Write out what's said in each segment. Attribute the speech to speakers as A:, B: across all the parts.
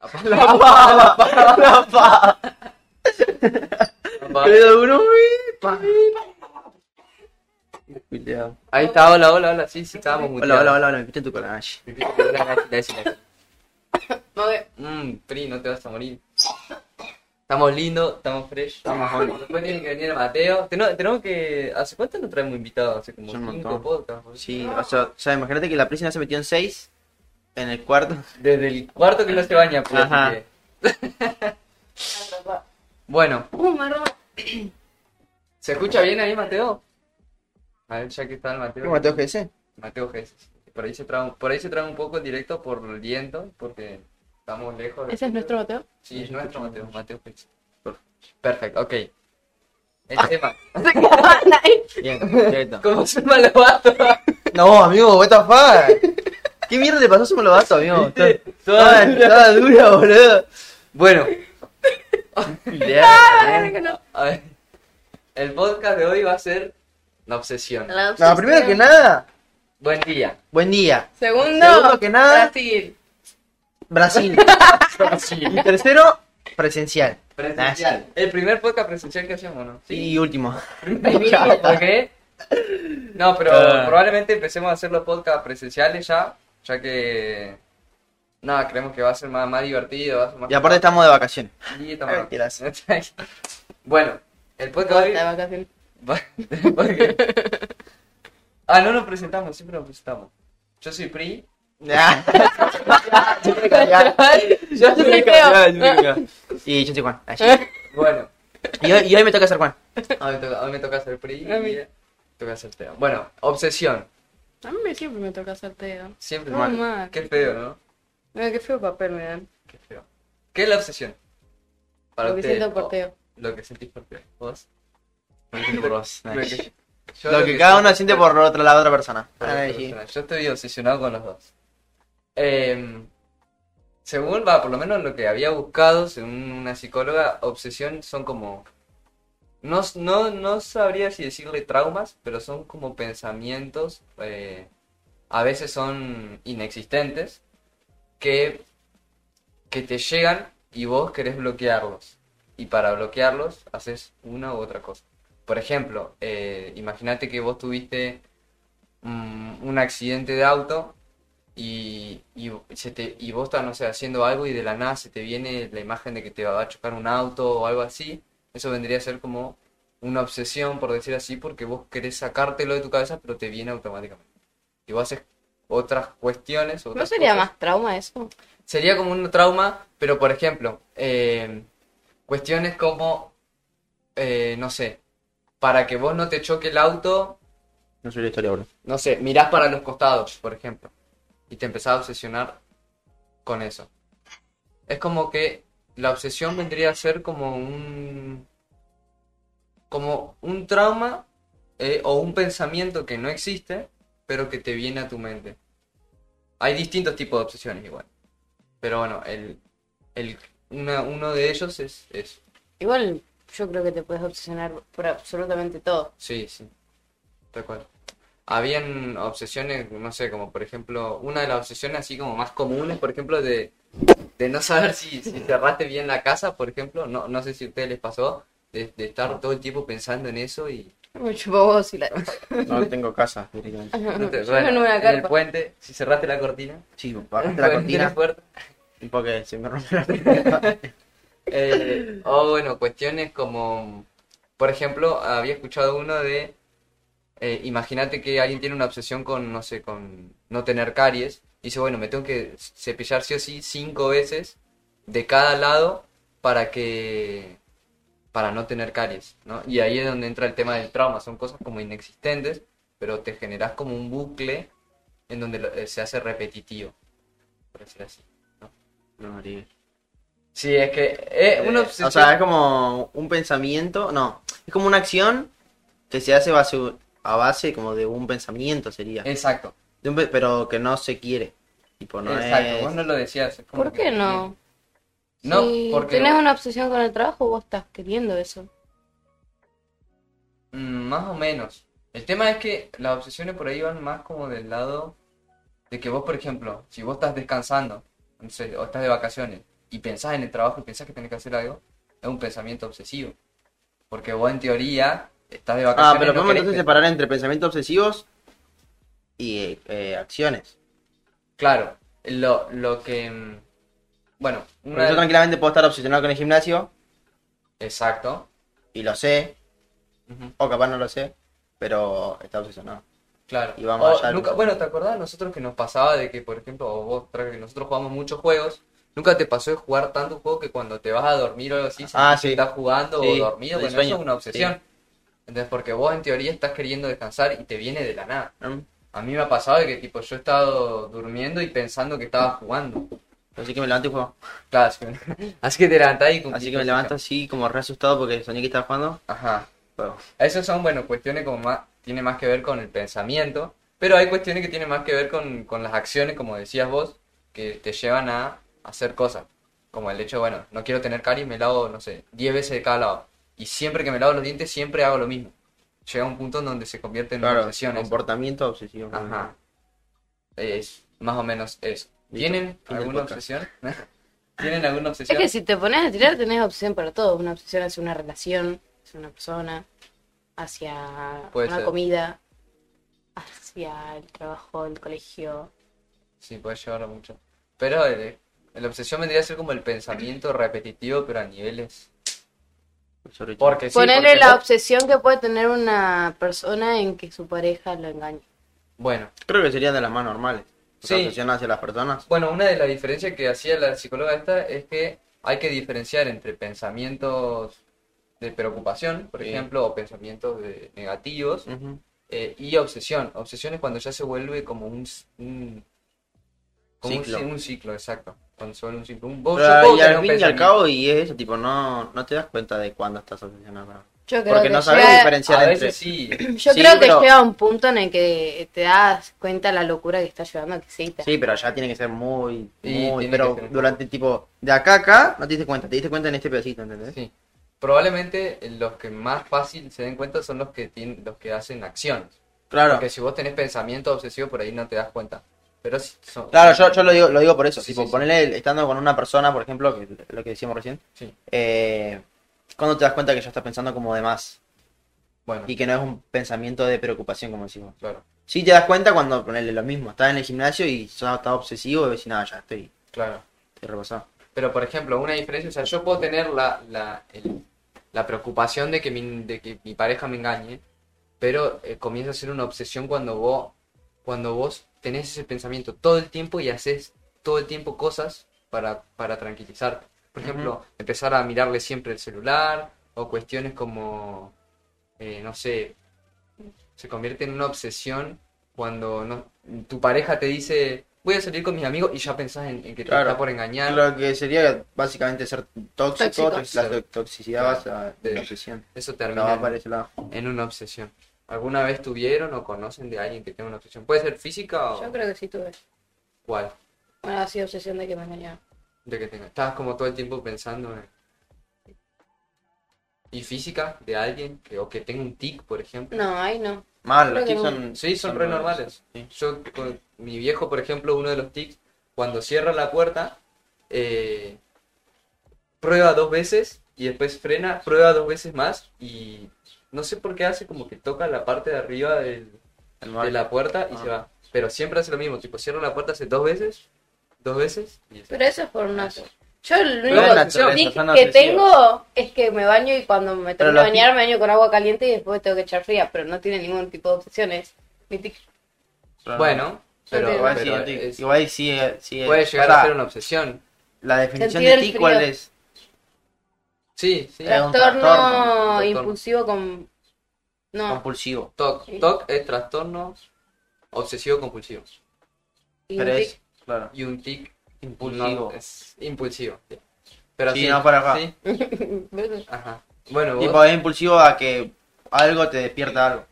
A: La pa, la pa, la pa.
B: Pero uno, uy, pa. Cuidado.
A: Ahí está, hola, hola, hola. Sí, sí, estábamos
B: Hola, hola, hola, hola, me piste tu colash.
A: hola.
C: No de.
A: Mmm, Pri, no te vas a morir. Estamos lindos, estamos fresh.
B: Estamos jóvenes.
A: Después tiene que venir Mateo. Tenemos, tenemos que. ¿Hace cuánto no traemos invitados? Hace como
B: Son un
A: 5
B: montón.
A: podcasts. boludo.
B: Sí, o sea, o sea, imagínate que la prisión se metió en 6 en el cuarto.
A: Desde el cuarto que no se baña, pues.
B: Ajá.
A: así que- Bueno,
C: Uh, marrón.
A: ¿se escucha bien ahí, Mateo? A ver, ya que está el Mateo.
B: ¿Cómo Mateo GS?
A: Mateo Jesús. Por ahí se traba, por ahí se traba un poco el directo por el viento, porque estamos lejos. de-
C: Ese es nuestro boteo.
A: Sí, es nuestro Mateo, Mateo Jesús. Perfecto, ok.
C: Ah.
A: El tema.
B: Bien, directo.
A: ¿Cómo se llama los vatos?
B: No, amigo, what the fuck. ¿Qué mierda te pasó a los datos, amigo?
A: ¿Viste?
B: Estaba-
A: Toda
B: Estaba estaba dura, boludo.
A: Bueno, Ah,
C: ¿eh?
B: Bien, bien.
A: a ver. El podcast de hoy va a ser la obsesión.
B: No, primero que nada,
A: Buen día.
B: buen día.
C: Segundo,
B: Segundo que nada.
C: Brasil.
B: Brasil.
C: Ah.
B: Y tercero, presencial.
A: Presencial. El primer podcast presencial que hacemos, ¿no?
B: Y último.
A: ¿Por qué? No, pero
B: Ah.
A: probablemente empecemos a hacer los podcasts presenciales ya, ya que nada, creemos que va a ser más, más divertido, va a ser más
B: Y aparte estamos de vacaciones.
A: Sí, está más-
B: Mentiras.
A: Bueno, el podcast hoy
C: La vacación.
A: va- ¿por qué? Ah, no nos presentamos, siempre nos presentamos. Yo soy Pri.
C: Yo soy Teo.
B: y yo soy Juan. Ay,
A: Bueno,
B: Y hoy, y hoy me toca ser Juan.
A: hoy me toca, hoy me toca ser Pri y
C: A mí.
A: me toca ser Teo. Bueno, obsesión.
C: A mí me- siempre me toca hacer teo.
A: Siempre
C: No,
A: mal.
C: mal.
A: Qué feo, ¿no?
C: Mira, qué feo papel me dan.
A: Qué feo. ¿Qué es la obsesión?
C: Lo que
A: ustedes,
C: siento por
A: ¿no?
C: teo.
A: Lo que sentís por ti. ¿Vos? Lo
B: Lo
A: que- yo lo
B: que cada
A: siento
B: uno siente por otra, la otra persona.
A: por otra
B: Ay, sí.
A: persona. Yo estoy obsesionado con los dos. Eh, según, va, por lo menos lo que había buscado, según una psicóloga, obsesión son como... No, no, no sabría si decirle traumas, pero son como pensamientos, eh, a veces son inexistentes, que, que te llegan y vos querés bloquearlos. Y para bloquearlos haces una u otra cosa. Por ejemplo, eh, imagínate que vos tuviste mm, un accidente de auto y, y, se te, y vos estás, no sé, haciendo algo y de la nada se te viene la imagen de que te va a chocar un auto o algo así. Eso vendría a ser como una obsesión, por decir así, porque vos querés sacártelo de tu cabeza, pero te viene automáticamente. Y vos haces otras cuestiones.
C: ¿No
A: otras
C: sería
A: cosas.
C: más trauma eso?
A: Sería como un trauma, pero por ejemplo, eh, cuestiones como, eh, no sé, para que vos no te choque el auto,
B: No soy la historia, bro.
A: no sé, mirás para los costados, por ejemplo, y te empezás a obsesionar con eso. Es como que la obsesión vendría a ser como un, como un trauma eh, o un pensamiento que no existe, pero que te viene a tu mente. Hay distintos tipos de obsesiones igual. Pero bueno, el, el- una- uno de ellos es eso.
C: Igual yo creo que te puedes obsesionar por absolutamente todo.
A: Sí, sí. Tal cual. Habían obsesiones, no sé, como por ejemplo, una de las obsesiones así como más comunes, por ejemplo, de, de no saber si, si cerraste bien la casa, por ejemplo, no, no sé si a ustedes les pasó, de, de estar todo el tiempo pensando en eso y
C: Me chupa vos y la...
B: No tengo casa directamente.
A: no te-
C: Yo
A: bueno,
C: en una
A: en el
C: carpa.
A: puente, si cerraste la cortina,
B: Sí, bajaste la
A: de
B: cortina.
A: puerta.
B: Porque se me rompió la cortina.
A: Eh, o bueno, cuestiones como, por ejemplo, había escuchado uno de, eh, imagínate que alguien tiene una obsesión con, no sé, con no tener caries, y dice, bueno, me tengo que cepillar sí o sí cinco veces de cada lado para que, para no tener caries, ¿no? Y ahí es donde entra el tema del trauma, son cosas como inexistentes, pero te generas como un bucle en donde lo- eh, se hace repetitivo, por decir así.
B: No, María.
A: Sí, es que eh, una obsesión...
B: O sea, es como un pensamiento. No, es como una acción que se hace basu- a base como de un pensamiento, sería.
A: Exacto.
B: De un pe- pero que no se quiere. Tipo, no
A: Exacto,
B: es.
A: vos no lo decías. es como
C: ¿Por
A: que-
C: qué no?
A: No,
C: si
A: porque
C: tenés una obsesión con el trabajo, vos estás queriendo eso.
A: mm, más o menos. El tema es que las obsesiones por ahí van más como del lado de que vos, por ejemplo, si vos estás descansando, no sé, o estás de vacaciones y pensás en el trabajo y pensás que tenés que hacer algo, es un pensamiento obsesivo. Porque vos en teoría estás de vacaciones.
B: Ah, pero
A: no
B: podemos
A: querés
B: entonces
A: pensar-
B: separar entre pensamientos obsesivos y eh, eh, acciones.
A: Claro, lo, lo que... mm, Bueno,
B: Porque
A: una-
B: yo tranquilamente puedo estar obsesionado con el gimnasio
A: Exacto.
B: y lo sé,
A: Ujú,
B: o capaz no lo sé, pero está obsesionado.
A: Claro.
B: Y vamos
A: O
B: allá al-
A: nunca- bueno, ¿te acordás de nosotros que nos pasaba de que, por ejemplo, o vos, Tracker, que nosotros jugamos muchos juegos? ¿Nunca te pasó de jugar tanto juego que cuando te vas a dormir o algo así,
B: Ah,
A: sentís que
B: sí.
A: estás jugando
B: Sí,
A: o dormido?
B: del
A: Bueno,
B: sueño.
A: eso es una obsesión. Entonces, porque vos en teoría estás queriendo descansar y te viene de la nada.
B: ¿no?
A: A mí me ha pasado de que, tipo, yo he estado durmiendo y pensando que estaba jugando.
B: Así que me levanto y juego.
A: Claro, así que, así que te levantás y cumplís
B: Así que
A: tu
B: me levanto
A: obsesión.
B: así como re asustado porque soñé que estaba jugando.
A: Ajá.
B: Juego.
A: Esas son, bueno, cuestiones como más, tiene más que ver con el pensamiento, pero hay cuestiones que tienen más que ver con, con las acciones, como decías vos, que te llevan a hacer cosas. Como el hecho, bueno, no quiero tener caries, me lavo, no sé, 10 veces de cada lado. Y siempre que me lavo los dientes, siempre hago lo mismo. Llega un punto en donde se convierte en
B: Claro,
A: obsesiones.
B: comportamiento obsesivo.
A: Ajá. Es más o menos eso.
B: Listo.
A: ¿Tienen
B: Fin del
A: alguna
B: podcast.
A: obsesión? ¿Tienen alguna
C: Es
A: obsesión?
C: que si te pones a tirar tenés obsesión para todo. Una obsesión hacia una relación, hacia una persona, hacia
A: Puede
C: una
A: ser.
C: comida, hacia el trabajo, el colegio.
A: Sí, puede llevarlo mucho. Pero eh, la obsesión vendría a ser como el pensamiento repetitivo, pero a niveles.
B: Sobre todo.
A: Porque sí,
C: Ponerle
A: porque
C: la
A: vos-
C: obsesión que puede tener una persona en que su pareja lo engañe.
A: Bueno,
B: Creo que serían de las más normales. O sea,
A: Sí.
B: obsesión hacia las personas.
A: bueno, una de las diferencias que hacía la psicóloga esta es que hay que diferenciar entre pensamientos de preocupación, por
B: Sí. Mm.
A: ejemplo, o pensamientos de negativos,
B: Ujú.
A: eh, y obsesión. Obsesión es cuando ya se vuelve como un, c- un- como un
B: Ciclo.
A: ci- Un, ciclo, exacto. Cuando se vuelve un ciclo. Un, vos- yo
B: Pero,
A: puedo
B: y
A: tener
B: al
A: un
B: fin y al
A: pensamiento.
B: cabo, y es eso, tipo, no, no te das cuenta de cuándo estás obsesionado. con algo.
C: Yo creo
B: Porque
C: que
B: no sabes
C: llega-
B: diferenciar
A: a
B: entre.
A: veces sí.
C: Yo
B: Sí,
C: creo que
B: pero-
C: llega un punto en el que te das cuenta la locura que está llevando a que se ita.
B: Sí, pero ya tiene que ser muy,
A: Sí,
B: muy.
A: tiene
B: Pero
A: que ser.
B: durante, tipo, de acá a acá, no te diste cuenta. Te diste cuenta en este pedacito, ¿entendés?
A: Sí. Probablemente los que más fácil se den cuenta son los que tienen, los que hacen acciones.
B: Claro.
A: Porque si vos tenés pensamiento obsesivo por ahí no te das cuenta. Pero si son-
B: Claro, yo, yo lo, digo, lo digo por eso.
A: Sí,
B: tipo,
A: sí, sí.
B: ponele el- estando con una persona, por ejemplo, que lo que decíamos recién.
A: Sí.
B: Eh, ¿Cuándo te das cuenta que ya estás pensando como de más?
A: Bueno,
B: Y que no es un pensamiento de preocupación, como decimos.
A: claro,
B: Sí te das cuenta cuando ponele lo mismo. Estás en el gimnasio y ya estás obsesivo y decís, nada, ya estoy,
A: claro.
B: estoy repasado.
A: Pero por ejemplo, una diferencia, o sea, yo puedo tener la, la, el- la preocupación de que, mi, de que mi pareja me engañe, pero eh, comienza a ser una obsesión cuando vos, cuando vos tenés ese pensamiento todo el tiempo y haces todo el tiempo cosas para, para tranquilizarte. Por ejemplo, empezar a mirarle siempre el celular o cuestiones como, eh, no sé, se convierte en una obsesión cuando no, tu pareja te dice, voy a salir con mis amigos y ya pensás en, en que
B: Claro.
A: te está por engañar.
B: Lo que sería básicamente ser tóxico,
C: Tóxico.
B: tox- la to- toxicidad
A: Claro.
B: vas a- de la obsesión.
A: Eso
B: No va
A: termina
B: para
A: en,
B: ese lado.
A: en una obsesión. ¿Alguna vez tuvieron o conocen de alguien que tenga una obsesión? ¿Puede ser física o
C: Yo creo que sí tuve.
A: cuál?
C: Bueno, así obsesión de que me engañaba.
A: De que tenga. Estabas como todo el tiempo pensando en... ¿Y física de alguien? Que, ¿O que tenga un tic, por ejemplo?
C: No, ahí no.
B: Mal, los
C: Creo que
B: tics
C: no.
B: son.
A: Sí, son re normales.
B: Sí.
A: Yo, con mi viejo, por ejemplo, uno de los tics, cuando cierra la puerta, eh, prueba dos veces y después frena, prueba dos veces más y no sé por qué hace como que toca la parte de arriba del, de
B: El mal.
A: la puerta y
B: Ah.
A: se va. Pero siempre hace lo mismo, tipo cierra la puerta hace dos veces, dos veces y se-
C: Pero eso es por una... Yo el
A: Pero
C: único
A: la naturaleza,
C: tic
B: son
C: que
B: obsesivos.
C: tengo es que me baño y cuando me
B: Pero
C: termino de
B: los
C: bañar me baño con agua caliente y después tengo que echar fría, pero no tiene ningún tipo de obsesiones. Mi tic
B: Claro.
A: Bueno, pero,
C: Sí,
B: igual,
A: pero
B: sí, el tic.
A: es-
B: igual sigue, sigue-
A: puede llegar
B: Pará,
A: a ser una obsesión.
B: La definición
C: Sentir
B: de
C: el
B: tic,
C: frío.
B: ¿cuál es?
A: Sí, sí.
B: Eh, Es un
C: trastorno,
B: trastorno,
C: impulsivo con... No,
B: Compulsivo.
A: TOC.
C: Sí.
A: TOC es trastorno obsesivo compulsivo.
C: y un
B: Pero
C: tic.
B: es. Claro.
A: Y un tic no,
B: Impulsivo.
A: es impulsivo. sí. Pero
B: Sí,
A: sí,
B: no, para acá.
A: sí, ajá. Bueno, vos-
B: Tipo, es impulsivo a que algo te despierta algo.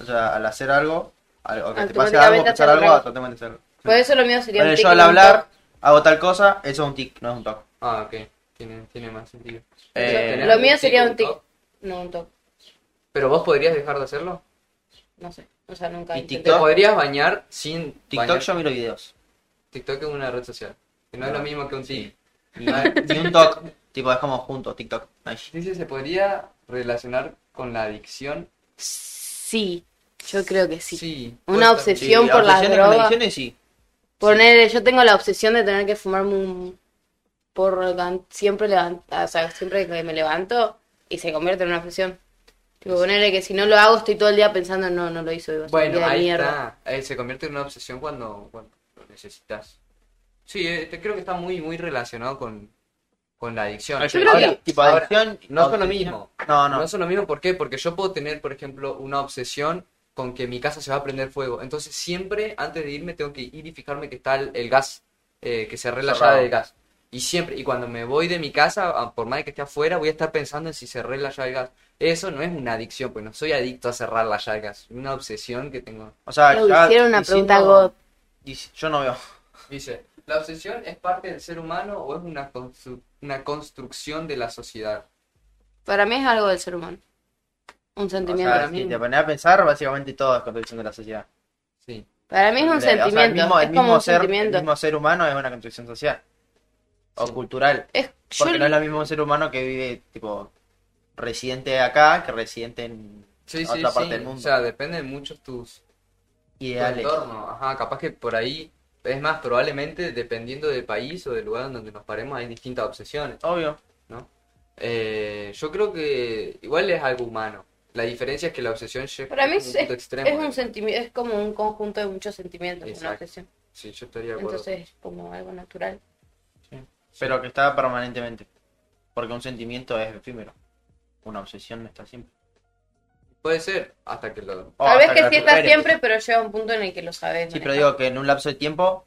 B: O sea, al hacer algo, al- o que te pase algo,
C: Automáticamente
B: pensar
C: hacer
B: algo,
C: algo.
B: automáticamente hacer algo.
C: Por eso lo mío sería
B: Ponele,
C: un tic
B: yo al
C: y un
B: hablar
C: toc.
B: hago tal cosa, eso es un tic, no es un toc.
A: Ah, ok. Tiene, tiene más sentido.
B: Eh,
A: ¿Tenés
C: lo
A: algún
C: mío sería un tic.
A: toc?
C: No, un toc.
A: Pero vos podrías dejar de hacerlo.
C: No sé. O sea, nunca
A: Te
B: ¿Y
C: intenté.
B: TikTok?
A: podrías bañar sin
B: TikTok
A: bañar-
B: yo miro videos.
A: TikTok es una red social. Que no, es
B: No,
A: lo mismo que un tic.
B: Ni, ni un toc. tipo, es como juntos, TikTok. Ay.
A: Dice, ¿se podría relacionar con la adicción?
C: Sí, yo creo que sí.
A: puede
C: Una
A: estar.
C: obsesión. por las
B: obsesiones con
C: drogas.
B: adicciones, sí.
C: Poner, yo tengo la obsesión de tener que fumarme un porro gan- siempre levanta, o sea, siempre que me levanto y se convierte en una obsesión. Tipo, ponerle que si no lo hago estoy todo el día pensando, no, no lo hizo, iba a ser un
A: Bueno,
C: día de
A: ahí
C: mierda.
A: está. Eh, se convierte en una obsesión cuando, cuando lo necesitas. Sí, eh, te- creo que está muy, muy relacionado con, con la adicción.
C: Ah, Yo creo
B: Ahora,
C: que-
B: tipo,
A: ahora,
B: adicción no son lo mismo.
A: autismo.
B: No,
A: No
B: no.
A: es lo mismo, ¿por qué? Porque yo puedo tener, por ejemplo, una obsesión con que mi casa se va a prender fuego. Entonces siempre, antes de irme, tengo que ir y fijarme que está el, el gas, eh, que cerré la
B: Cerrado.
A: llave del gas. Y siempre, y cuando me voy de mi casa, a- por más de que esté afuera, voy a estar pensando en si cerré la llave del gas. Eso no es una adicción, pues no soy adicto a cerrar la llave del gas. Una obsesión que tengo.
B: O sea,
C: Claudio,
B: ya
C: hicieron una
B: diciendo-
C: pregunta a God.
B: dic- Yo no veo.
A: Dice, ¿la obsesión es parte del ser humano o es una, constru- una construcción de la sociedad?
C: Para mí es algo del ser humano. Un
B: O
C: sentimiento.
B: sea, si te pones a pensar, básicamente todo es construcción de la sociedad.
A: Sí.
C: Para mí es un
B: O sea, el
C: sentimiento.
B: mismo-
C: es
B: el
C: como
B: mismo
C: un
B: ser-
C: sentimiento.
B: El mismo ser humano es una construcción social. O
A: Sí.
B: cultural.
C: Es, yo-
B: Porque no es lo mismo un ser humano que vive, tipo, residente acá que residente en
A: Sí, sí,
B: otra parte
A: sí.
B: del mundo.
A: O sea, depende de muchos tus, tu
B: Ideales.
A: entorno. Ajá, capaz que por ahí, es más, probablemente dependiendo del país o del lugar en donde nos paremos hay distintas obsesiones,
B: Obvio.
A: ¿no? Eh, yo creo que igual es algo humano. La diferencia es que la obsesión llega
C: Para mí
A: como un punto extremo.
C: es un
A: digamos.
C: sentimi- es como un conjunto de muchos sentimientos, una
A: Exacto.
C: obsesión.
A: Sí, yo estaría de acuerdo.
C: Entonces es como algo natural.
B: Pero que está permanentemente. Porque un sentimiento es efímero. Una obsesión no está siempre.
A: Puede ser, hasta que lo...
B: O
C: Tal vez
B: Oh, hasta
C: que
B: la
C: sí está
B: recuperes.
C: siempre, pero llega un punto en el que lo sabes.
B: Sí, pero
C: manejar.
B: digo que en un lapso de tiempo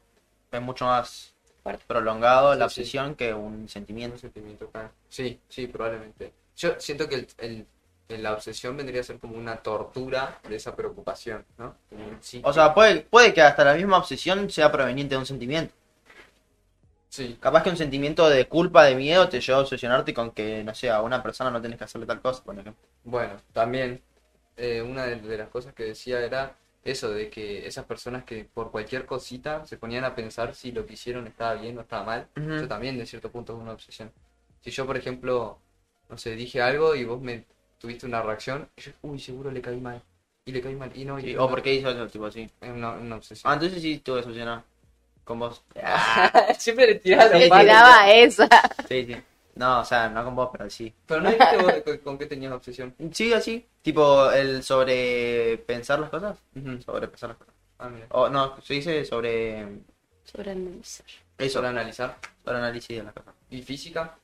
B: es mucho más
C: Fuerte.
B: prolongado la
A: Sí, sí.
B: obsesión que un
A: Un
B: sentimiento.
A: sentimiento acá. Sí, sí, probablemente. Yo siento que el- el- el- la obsesión vendría a ser como una tortura de esa preocupación, ¿no? Como un sí.
B: O sea, puede, puede que hasta la misma obsesión sea proveniente de un sentimiento.
A: sí,
B: Capaz que un sentimiento de culpa, de miedo, te lleva a obsesionarte con que, no sé, a una persona no tenés que hacerle tal cosa, por ejemplo.
A: bueno, también eh, una de, de las cosas que decía era eso, de que esas personas que por cualquier cosita se ponían a pensar si lo que hicieron estaba bien o estaba mal,
B: Ujú.
A: eso también de cierto punto es una obsesión. Si yo, por ejemplo, no sé, dije algo y vos me tuviste una reacción, yo, uy, seguro le caí mal, y le caí mal, y no, y
B: Sí,
A: no,
B: o porque hizo eso, tipo así.
A: es una, una obsesión.
B: Ah, entonces sí estuve obsesionado con vos.
A: Siempre le tiraba
C: Le
A: los palos.
C: tiraba a esa.
B: Sí, sí. No, o sea, no con vos, pero sí.
A: Pero no dijiste vos con, con qué tenías obsesión.
B: Sí, así. Tipo, el sobre pensar las cosas. Sobre pensar las cosas.
A: Ah, mira.
B: O no, se dice sobre.
C: Sobreanalizar.
B: Eso,
A: Para
B: sobre
A: analizar.
B: análisis de las cosas.
A: ¿Y física?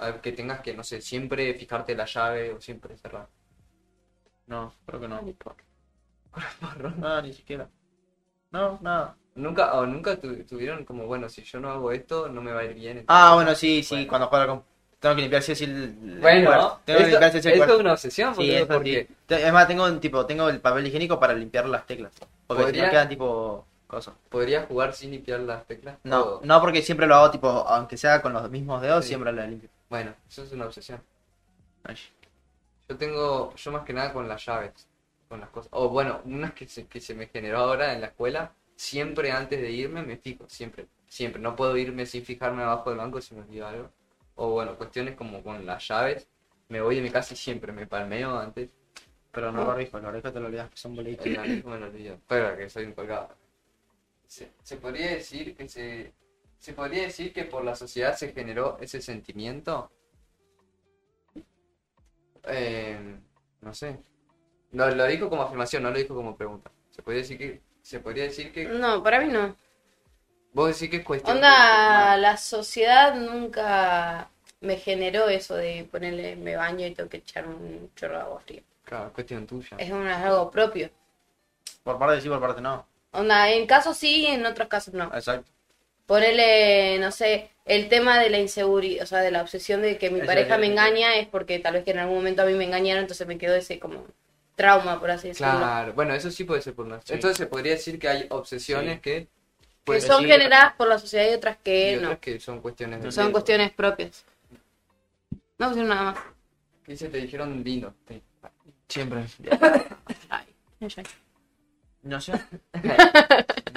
A: A ver, que tengas que, no sé, siempre fijarte la llave o siempre cerrar.
B: No, creo que
C: No
B: no.
C: importa.
A: Ah,
B: No, ni siquiera. No, nada.
A: Nunca, o nunca tu- tuvieron como, bueno, si yo no hago esto, no me va a ir bien.
B: Ah, bueno, sí, sí,
A: Bueno.
B: cuando juega con. Tengo que limpiar sí o sí el. el
A: Bueno,
B: cuarto. tengo que
A: esto,
B: limpiar sí o sí el
A: esto
B: cuarto.
A: es una obsesión,
B: Sí,
A: boludo,
B: eso
A: porque
B: sí. Te- Es más, tengo un tipo, tengo el papel higiénico para limpiar las teclas. Porque si
A: Podría-
B: no quedan tipo cosas.
A: podrías jugar sin limpiar las teclas.
B: No,
A: O-
B: no porque siempre lo hago tipo, aunque sea con los mismos dedos,
A: Oh. Sí.
B: siempre lo limpio.
A: Bueno, eso es una obsesión.
B: Ay.
A: Yo tengo, yo más que nada con las llaves, con las cosas. O bueno, unas que se, que se me generó ahora en la escuela, siempre antes de irme me fijo, siempre, siempre. No puedo irme sin fijarme abajo del banco si me olvido algo. O bueno, cuestiones como con las llaves, me voy de mi casa y siempre me palmeo antes, pero
B: Pero no lo
A: no,
B: rijo, lo rijo te lo olvidas, que son bolitas.
A: el organismo me lo olvido. Pero que soy un colgado. Se, se podría decir que se, se podría decir que por la sociedad se generó ese sentimiento. Eh, no sé. No, lo dijo como afirmación, no lo dijo como pregunta. Se podría decir que se podría decir que
C: No, para mí no.
A: vos decís que es cuestión.
C: Onda,
A: de-
C: la sociedad nunca me generó eso de ponerle me baño y tengo que echar un chorro de agua fría.
A: claro, cuestión tuya.
C: Es un, algo propio.
B: Por parte sí, por parte no.
C: Onda, en casos sí, en otros casos no.
B: Exacto.
C: Ponerle, no sé, el tema de la inseguridad, o sea, de la obsesión de que mi
B: Eso
C: pareja
B: es-
C: me engaña es porque tal vez que en algún momento a mí me engañaron, entonces me quedó ese como trauma, por así decirlo.
A: Claro, bueno, eso sí puede ser por una.
B: Sí.
A: Entonces se podría decir que hay obsesiones
B: Sí.
A: que,
C: que
A: pues,
C: son
B: sí.
C: generadas por la sociedad y otras que
A: y otras
C: no.
A: que son cuestiones de-
C: Son cuestiones propias. No pusieron nada más.
A: Dice, te dijeron lindo. Sí.
B: Siempre.
C: Ay, no sé.
B: No sé.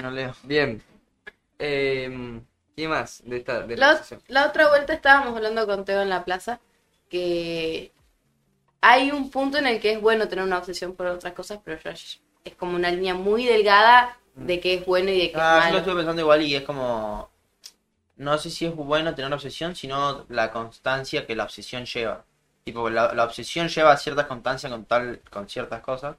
B: No leo.
A: Bien. Em, ¿Qué más de esta de la
C: La,
A: obsesión?
C: la otra vuelta estábamos hablando con Teo en la plaza que hay un punto en el que es bueno tener una obsesión por otras cosas, pero ya es es como una línea muy delgada de que es bueno y de que
B: Mm. Ah,
C: es
B: yo lo
C: malo.
B: estuve pensando igual y es como. No sé si es bueno tener obsesión, sino la constancia que la obsesión lleva. Tipo, la, la obsesión lleva cierta constancia con tal, con ciertas cosas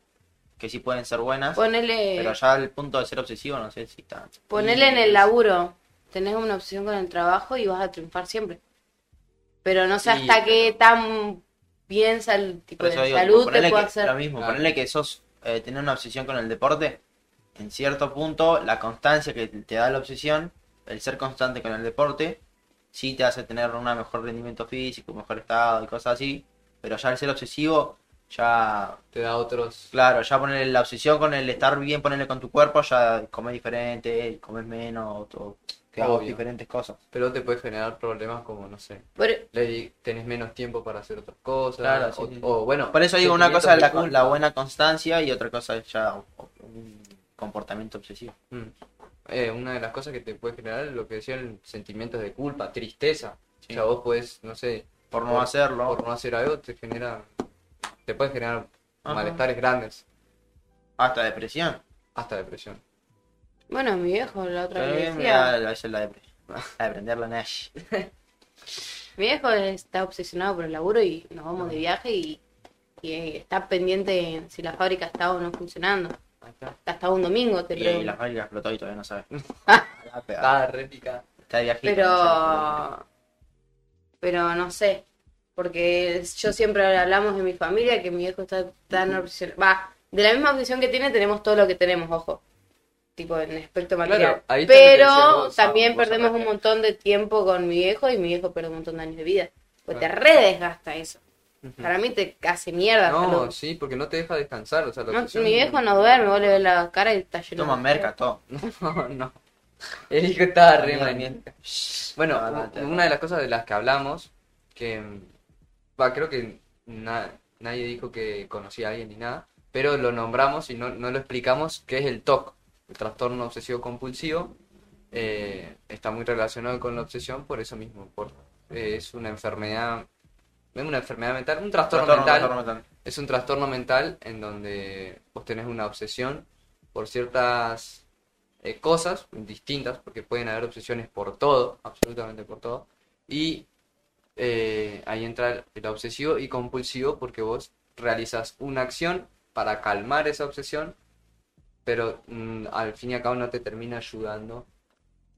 B: que sí pueden ser buenas,
C: Ponele,
B: pero ya al punto de ser obsesivo no sé si está.
C: ponele en el laburo, tenés una obsesión con el trabajo y vas a triunfar siempre. Pero no sé
B: Y-
C: hasta qué tan bien sal- tipo
B: Por eso
C: de
B: digo,
C: salud
B: ponele
C: te puede
B: que-
C: hacer.
B: Lo mismo,
A: Claro.
B: ponerle que sos eh, tener una obsesión con el deporte, en cierto punto la constancia que te da la obsesión, el ser constante con el deporte, sí te hace tener un mejor rendimiento físico, mejor estado y cosas así, pero ya el ser obsesivo, ya,
A: Te da otros.
B: claro, ya ponerle la obsesión con el estar bien, ponerle con tu cuerpo, ya comes diferente, comes menos, o que hago
A: Obvio.
B: diferentes cosas.
A: Pero te puede generar problemas como, no sé,
C: Por- e-,
A: le- tenés menos tiempo para hacer otras cosas.
B: Claro, sí,
A: o,
B: sí.
A: o, bueno.
B: Por eso digo, una cosa es la,
A: sentimientos de
B: la
A: culpa.
B: buena constancia y otra cosa es ya un comportamiento obsesivo.
A: Mm. Eh, una de las cosas que te puede generar es lo que decían sentimientos de culpa, tristeza. O
B: Sí.
A: sea, vos podés, no sé,
B: Por no hacerlo.
A: por no hacer algo, te genera. Te puede generar
B: Ajá.
A: malestares grandes,
B: Hasta depresión.
A: hasta depresión.
C: bueno, mi viejo, la otra
B: Pero
C: vez
B: bien, mira, la- esa es la depresión. La de prender la Nash.
C: Mi viejo está obsesionado por el laburo y nos vamos de viaje y, y eh, está pendiente si la fábrica está o no funcionando.
A: Ahí está.
C: Hasta un domingo te
B: Y, y
C: pregunto.
B: la fábrica explotó y todavía no sabe. La pegada.
A: Está re picada.
B: Está de viajito, no sabe.
C: Pero, pero no sé, porque yo siempre hablamos en mi familia que mi viejo está tan obsesionado. Va, de la misma obsesión que tiene tenemos todo lo que tenemos, ojo. Tipo, en aspecto material.
A: ahí también te decía
C: pero
A: vos,
C: también
A: ah, vos
C: perdemos
A: arranca.
C: un montón de tiempo con mi viejo y mi viejo pierde un montón de años de vida. Pues
A: Claro.
C: te redesgasta eso. Para mí te hace mierda.
A: No,
C: salud.
A: sí, porque no te deja descansar. O sea, la
C: No,
A: obsesión-
C: mi viejo no duerme, vos le ves la cara y está lleno.
B: Toma
C: de-
B: merca, todo.
A: No, no. El hijo estaba re
B: Mierda.
A: maníaco. Bueno,
B: No, no, te-
A: una de las cosas de las que hablamos, que mm, va, creo que na- nadie dijo que conocía a alguien ni nada, pero lo nombramos y no, no lo explicamos, que es el TOC, el trastorno obsesivo compulsivo. Eh, está muy relacionado con la obsesión por eso mismo, por, eh, es una enfermedad, es una enfermedad mental, un trastorno,
B: Trastorno,
A: mental,
B: trastorno mental.
A: es un trastorno mental en donde vos tenés una obsesión por ciertas eh, cosas distintas, porque pueden haber obsesiones por todo, absolutamente por todo. Y eh, ahí entra el- el obsesivo y compulsivo porque vos realizas una acción para calmar esa obsesión, pero mm, al fin y al cabo no te termina ayudando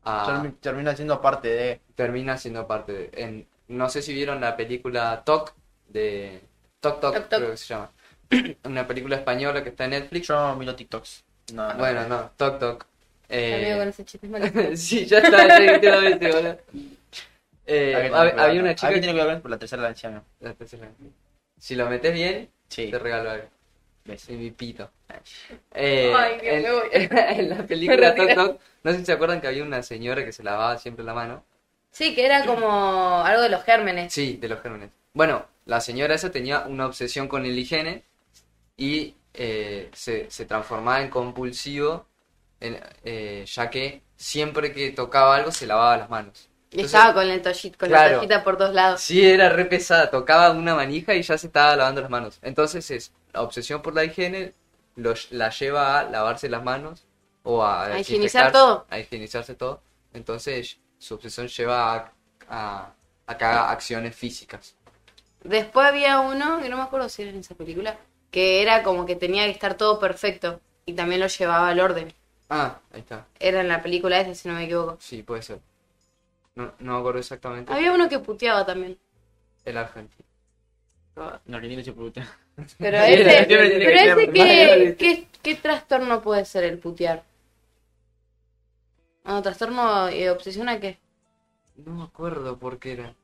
A: a
B: Termi- Termina siendo parte de.
A: termina siendo parte de. En, no sé si vieron la película Tok de Tok Tok,
C: Tok Tok.
A: creo que se llama. Una película española que está en Netflix.
B: Yo miro TikToks. No, no.
A: Bueno, no, Tok Tok.
C: Te veo con
A: Eh,
C: ese chiste malísimo.
A: sí, ya está, ya que te lo dije, boludo. Eh,
B: Hay que tener
A: hab-
B: cuidado.
A: había una
B: Hay
A: chica
B: que tener cuidado con- por la tercera lancia, ¿no?
A: La tercera. Si lo metes bien,
B: Sí.
A: te regalo algo.
B: ves.
A: Y mi pito.
B: Ay.
A: Eh,
C: Ay, Dios,
A: en,
C: me voy.
A: en la película
C: Me retiro.
A: Tok Tok, no sé si se acuerdan que había una señora que se lavaba siempre la mano.
C: Sí, que era como algo de los gérmenes.
A: Sí, de los gérmenes. Bueno, la señora esa tenía una obsesión con el higiene y eh, se, se transformaba en compulsivo, en- eh, ya que siempre que tocaba algo se lavaba las manos.
C: Y
A: Entonces,
C: estaba con, la toallita, con la
A: Claro.
C: toallita por dos lados.
A: Sí, era re pesada, tocaba una manija y ya se estaba lavando las manos. Entonces es la obsesión por la higiene lo ll- la lleva a lavarse las manos o a,
C: A higienizar
A: desinfectarse,
C: todo.
A: A higienizarse todo. Entonces su obsesión lleva a, a, a que haga acciones físicas.
C: Después había uno, que no me acuerdo si era en esa película, que era como que tenía que estar todo perfecto y también lo llevaba al orden.
A: Ah, ahí está.
C: Era en la película esa, si no me equivoco.
A: Sí, puede ser. No, no me acuerdo exactamente.
C: Había uno que puteaba también.
A: El argentino.
B: No, que tiene su puta.
C: Pero
A: Sí, siempre
C: ese,
A: tiene
C: pero
A: que
C: ese
A: ser-
C: ¿qué, qué, qué trastorno puede ser el putear? Ah, ¿Trastorno eh, obsesión a qué?
A: No me acuerdo por qué era.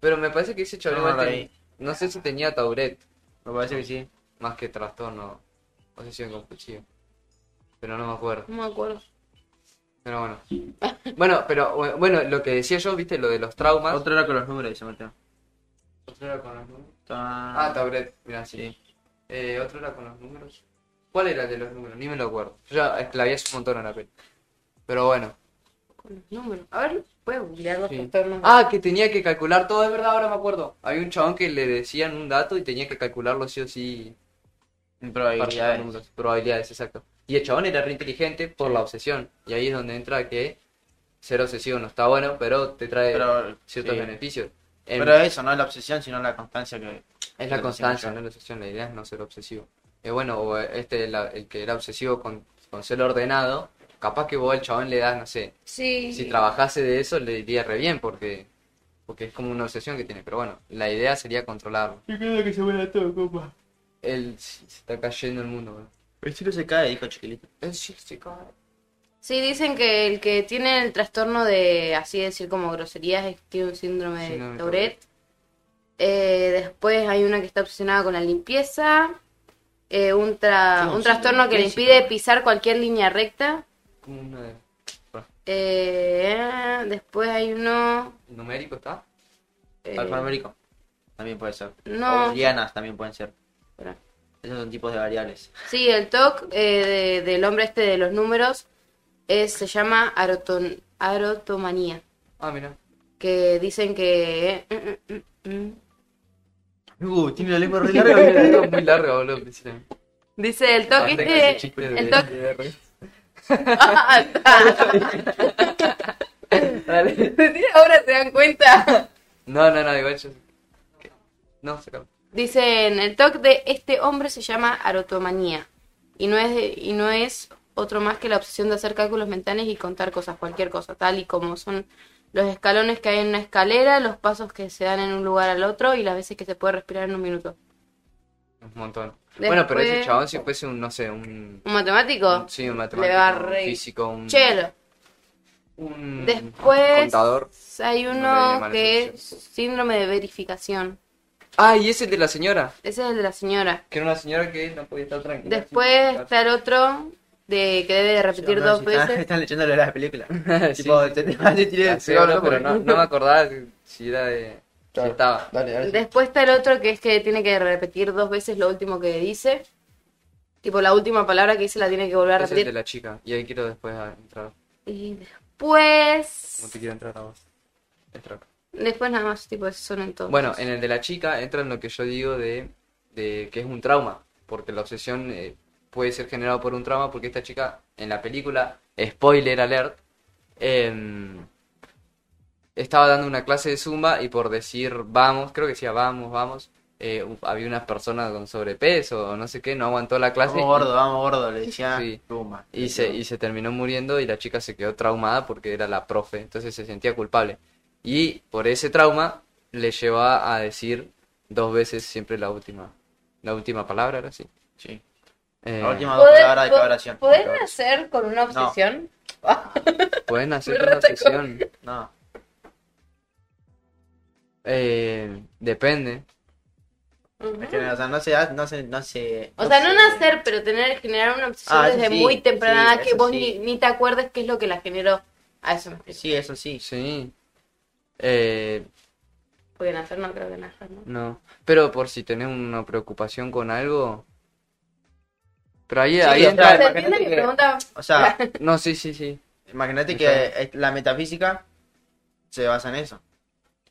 A: Pero me parece que ese chaval
B: No,
A: igual
B: no la
A: ten- no sé si tenía Tauret,
B: Me parece que sí.
A: más que trastorno, obsesión compulsiva. Pero no me acuerdo.
C: No me acuerdo.
A: Pero bueno. Bueno, pero bu- bueno, lo que decía yo, viste, lo de los traumas.
B: Otro era con los números, dice Mateo.
A: Otro era con los números.
B: Ah,
A: Ah, Tauret, mirá, sí.
B: Sí.
A: Eh, otro era con los números. ¿Cuál era el de los números? Ni me lo acuerdo. Yo ya la vi hace un montón en la peli. Pero bueno.
C: Con los números. A ver, puede googlear los
A: Sí.
C: trastornos.
A: Ah, que tenía que calcular todo, es verdad, ahora me acuerdo. Había un chabón que le decían un dato y tenía que calcularlo sí o sí. para sacar
B: Probabilidades.
A: números, probabilidades, exacto. Y el chabón era re inteligente por la obsesión. Y ahí es donde entra que ser obsesivo no está bueno, pero te trae
B: Pero,
A: ciertos
B: sí.
A: beneficios. Em,
B: Pero eso, no es la obsesión, sino la constancia que.
A: es la
B: lo que
A: constancia,
B: decíamos
A: no la obsesión. La idea es no ser obsesivo. Y bueno, o este, la- el que era obsesivo con, con ser ordenado, capaz que vos al chabón le das, no sé,
C: Sí.
A: si trabajase de eso le iría re bien porque porque es como una obsesión que tiene pero bueno la idea sería controlarlo
B: que se vuela todo, compa.
A: él se se está cayendo el mundo bro.
B: El cielo se cae, dijo Chiquilito.
A: Él sí se cae.
C: Sí, dicen que el que tiene el trastorno de, así decir, como groserías, es- tiene un síndrome
A: Síndrome
C: de
A: de
C: Tourette. Eh, después hay una que está obsesionada con la limpieza. Eh, un, tra-
B: ¿Cómo
C: un
B: sí?
C: trastorno que le
B: Físico.
C: impide pisar cualquier línea recta.
A: como una de-
C: Eh, después hay uno...
A: numérico está
C: eh,
B: Alfanumérico. También puede ser.
C: No.
B: O dianas también pueden ser.
C: Espera.
B: Esos son tipos de variables.
C: Sí, el TOC eh, de- del hombre este de los números es, se llama aroton- arotomanía.
A: ah mira
C: Que dicen que... eh, mm, mm, mm, mm.
B: Uh, tiene la lengua re
A: Esto es muy largo boludo decime.
C: Dice el toque
A: Antes que ese
C: este.
A: chiste de-
C: el ah, toque-
A: de R.
C: Dale. Ahora se dan cuenta.
A: no no no igual yo ¿Qué? no se acabó
C: Dicen, el toque de este hombre se llama arotomanía. Y no es de- y no es otro más que la obsesión de hacer cálculos mentales y contar cosas, cualquier cosa, tal y como son los escalones que hay en una escalera, los pasos que se dan en un lugar al otro y las veces que se puede respirar en un minuto.
A: un montón
C: Después-
A: bueno pero ese chabón si fuese un no sé un,
C: ¿Un matemático?
A: un- Mm, sí un
C: va
A: matemático un
C: re-
A: físico un
C: Chelo.
A: un
C: Después-
A: contador
C: Hay
A: No le viene
C: uno
A: mal
C: que
A: esa
C: es síndrome de verificación.
A: ah y ese de la señora
C: Ese es el de la señora.
A: Que era una señora que no podía estar tranquila.
C: Después está el otro de que debe de repetir dos veces.
B: Están leyendo lo de las películas.
A: Sí.
B: Tipo, te te vas a tirar
A: Así habló, pero no, no me acordaba si era de. Si estaba.
B: Dale, dale.
C: Después está el otro que es que tiene que repetir dos veces lo último que dice. Tipo, la última palabra que dice la tiene que volver a
A: Es el de
C: repetir.
A: la chica. Y ahí quiero después a- entrar.
C: Y
A: No
C: después...
A: te quiero entrar a vos. Entrar.
C: Después nada más, tipo, esos son en todos.
A: Bueno, en el de la chica entra en lo que yo digo de, de que es un trauma. Porque la obsesión eh, puede ser generada por un trauma. Porque esta chica en la película, spoiler alert, em, estaba dando una clase de zumba y por decir vamos, creo que decía vamos, vamos. eh, u- había unas personas con sobrepeso o no sé qué, no aguantó la clase
B: Vamos
A: y-
B: gordo, vamos gordo, le decía.
A: Sí.
B: Puma.
A: y se, y se terminó muriendo y la chica se quedó traumada porque era la profe, entonces se sentía culpable. Y por ese trauma le llevaba a decir dos veces siempre la última, la última palabra, era así.
B: Sí.
A: Eh,
B: La última dos palabras de cada oración.
C: ¿Pueden hacer con una
B: No.
C: obsesión?
A: Pueden hacer
C: Me
A: una
C: retacó.
A: sesión.
B: No.
A: Eh, depende.
C: Ujú.
B: Es que, o sea, no se, da- no se, no se.
C: O sea, no
B: se-
C: nacer, pero tener generar una obsesión
B: Ah, eso
C: desde
B: sí,
C: muy temprana
B: sí,
C: edad que
B: eso
C: vos
B: sí.
C: ni, ni te acuerdes qué es lo que la generó. A eso me refiero.
B: Sí, eso sí.
A: Sí. Eh,
C: Porque nacer no creo que nacer, ¿no?
A: no. Pero por si tenés una preocupación con algo. Pero ahí,
B: Sí,
A: ahí
B: o
A: entra.
B: sea,
C: ¿Se
B: imagínate
C: entiende mi
B: que-
C: pregunta?
B: O sea,
A: No, sí, sí, sí.
B: imagínate que
A: Está.
B: eh, la metafísica se basa en eso.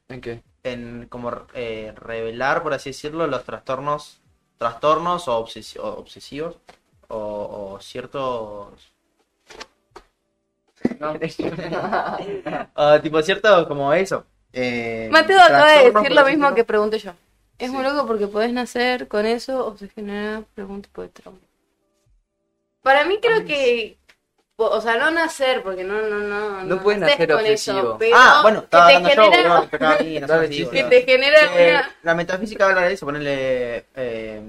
A: ¿En qué?
B: En como eh, revelar, por así decirlo, los trastornos. Trastornos o, obsesi- o obsesivos. O, o ciertos. o tipo ciertos como eso. Eh,
C: Mateo acaba de
B: trastornos,
C: decir
B: por
C: lo
B: así
C: mismo que
B: decirlo.
C: pregunté yo. Es
A: Sí.
C: muy loco porque podés nacer con eso o se genera algún tipo de trauma. Para mí creo que, o- o sea, no nacer, porque no, no, no.
A: No puedes
C: nacés
A: nacer
C: con
A: obsesivo.
C: eso, pero
B: Ah, bueno,
C: que
B: estaba
C: te
B: hablando yo,
C: genera,
B: boludo, me tocaba a mí, no sé
A: Dale,
B: si,
A: chiste.
B: boludo.
C: que te genera
B: Eh,
C: una-
B: la metafísica habla de eso, ponerle. Eh,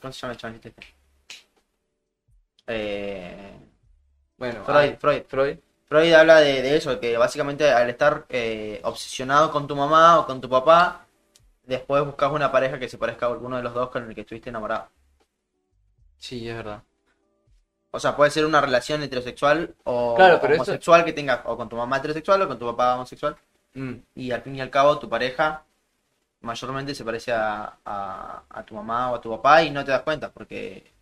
B: ¿Cómo se llama el chabón este? Eh,
A: Bueno,
B: Freud,
A: ah,
B: Freud.
A: Freud.
B: Freud habla de, de eso, que básicamente al estar eh, obsesionado con tu mamá o con tu papá, después buscas una pareja que se parezca a alguno de los dos con el que estuviste enamorado.
A: Sí, es verdad.
B: O sea, puede ser una relación heterosexual o
A: Claro, pero eso-
B: homosexual que tengas, o con tu mamá heterosexual o con tu papá homosexual.
A: Mm.
B: Y al fin y al cabo, tu pareja mayormente se parece a, a- a tu mamá o a tu papá y no te das cuenta porque.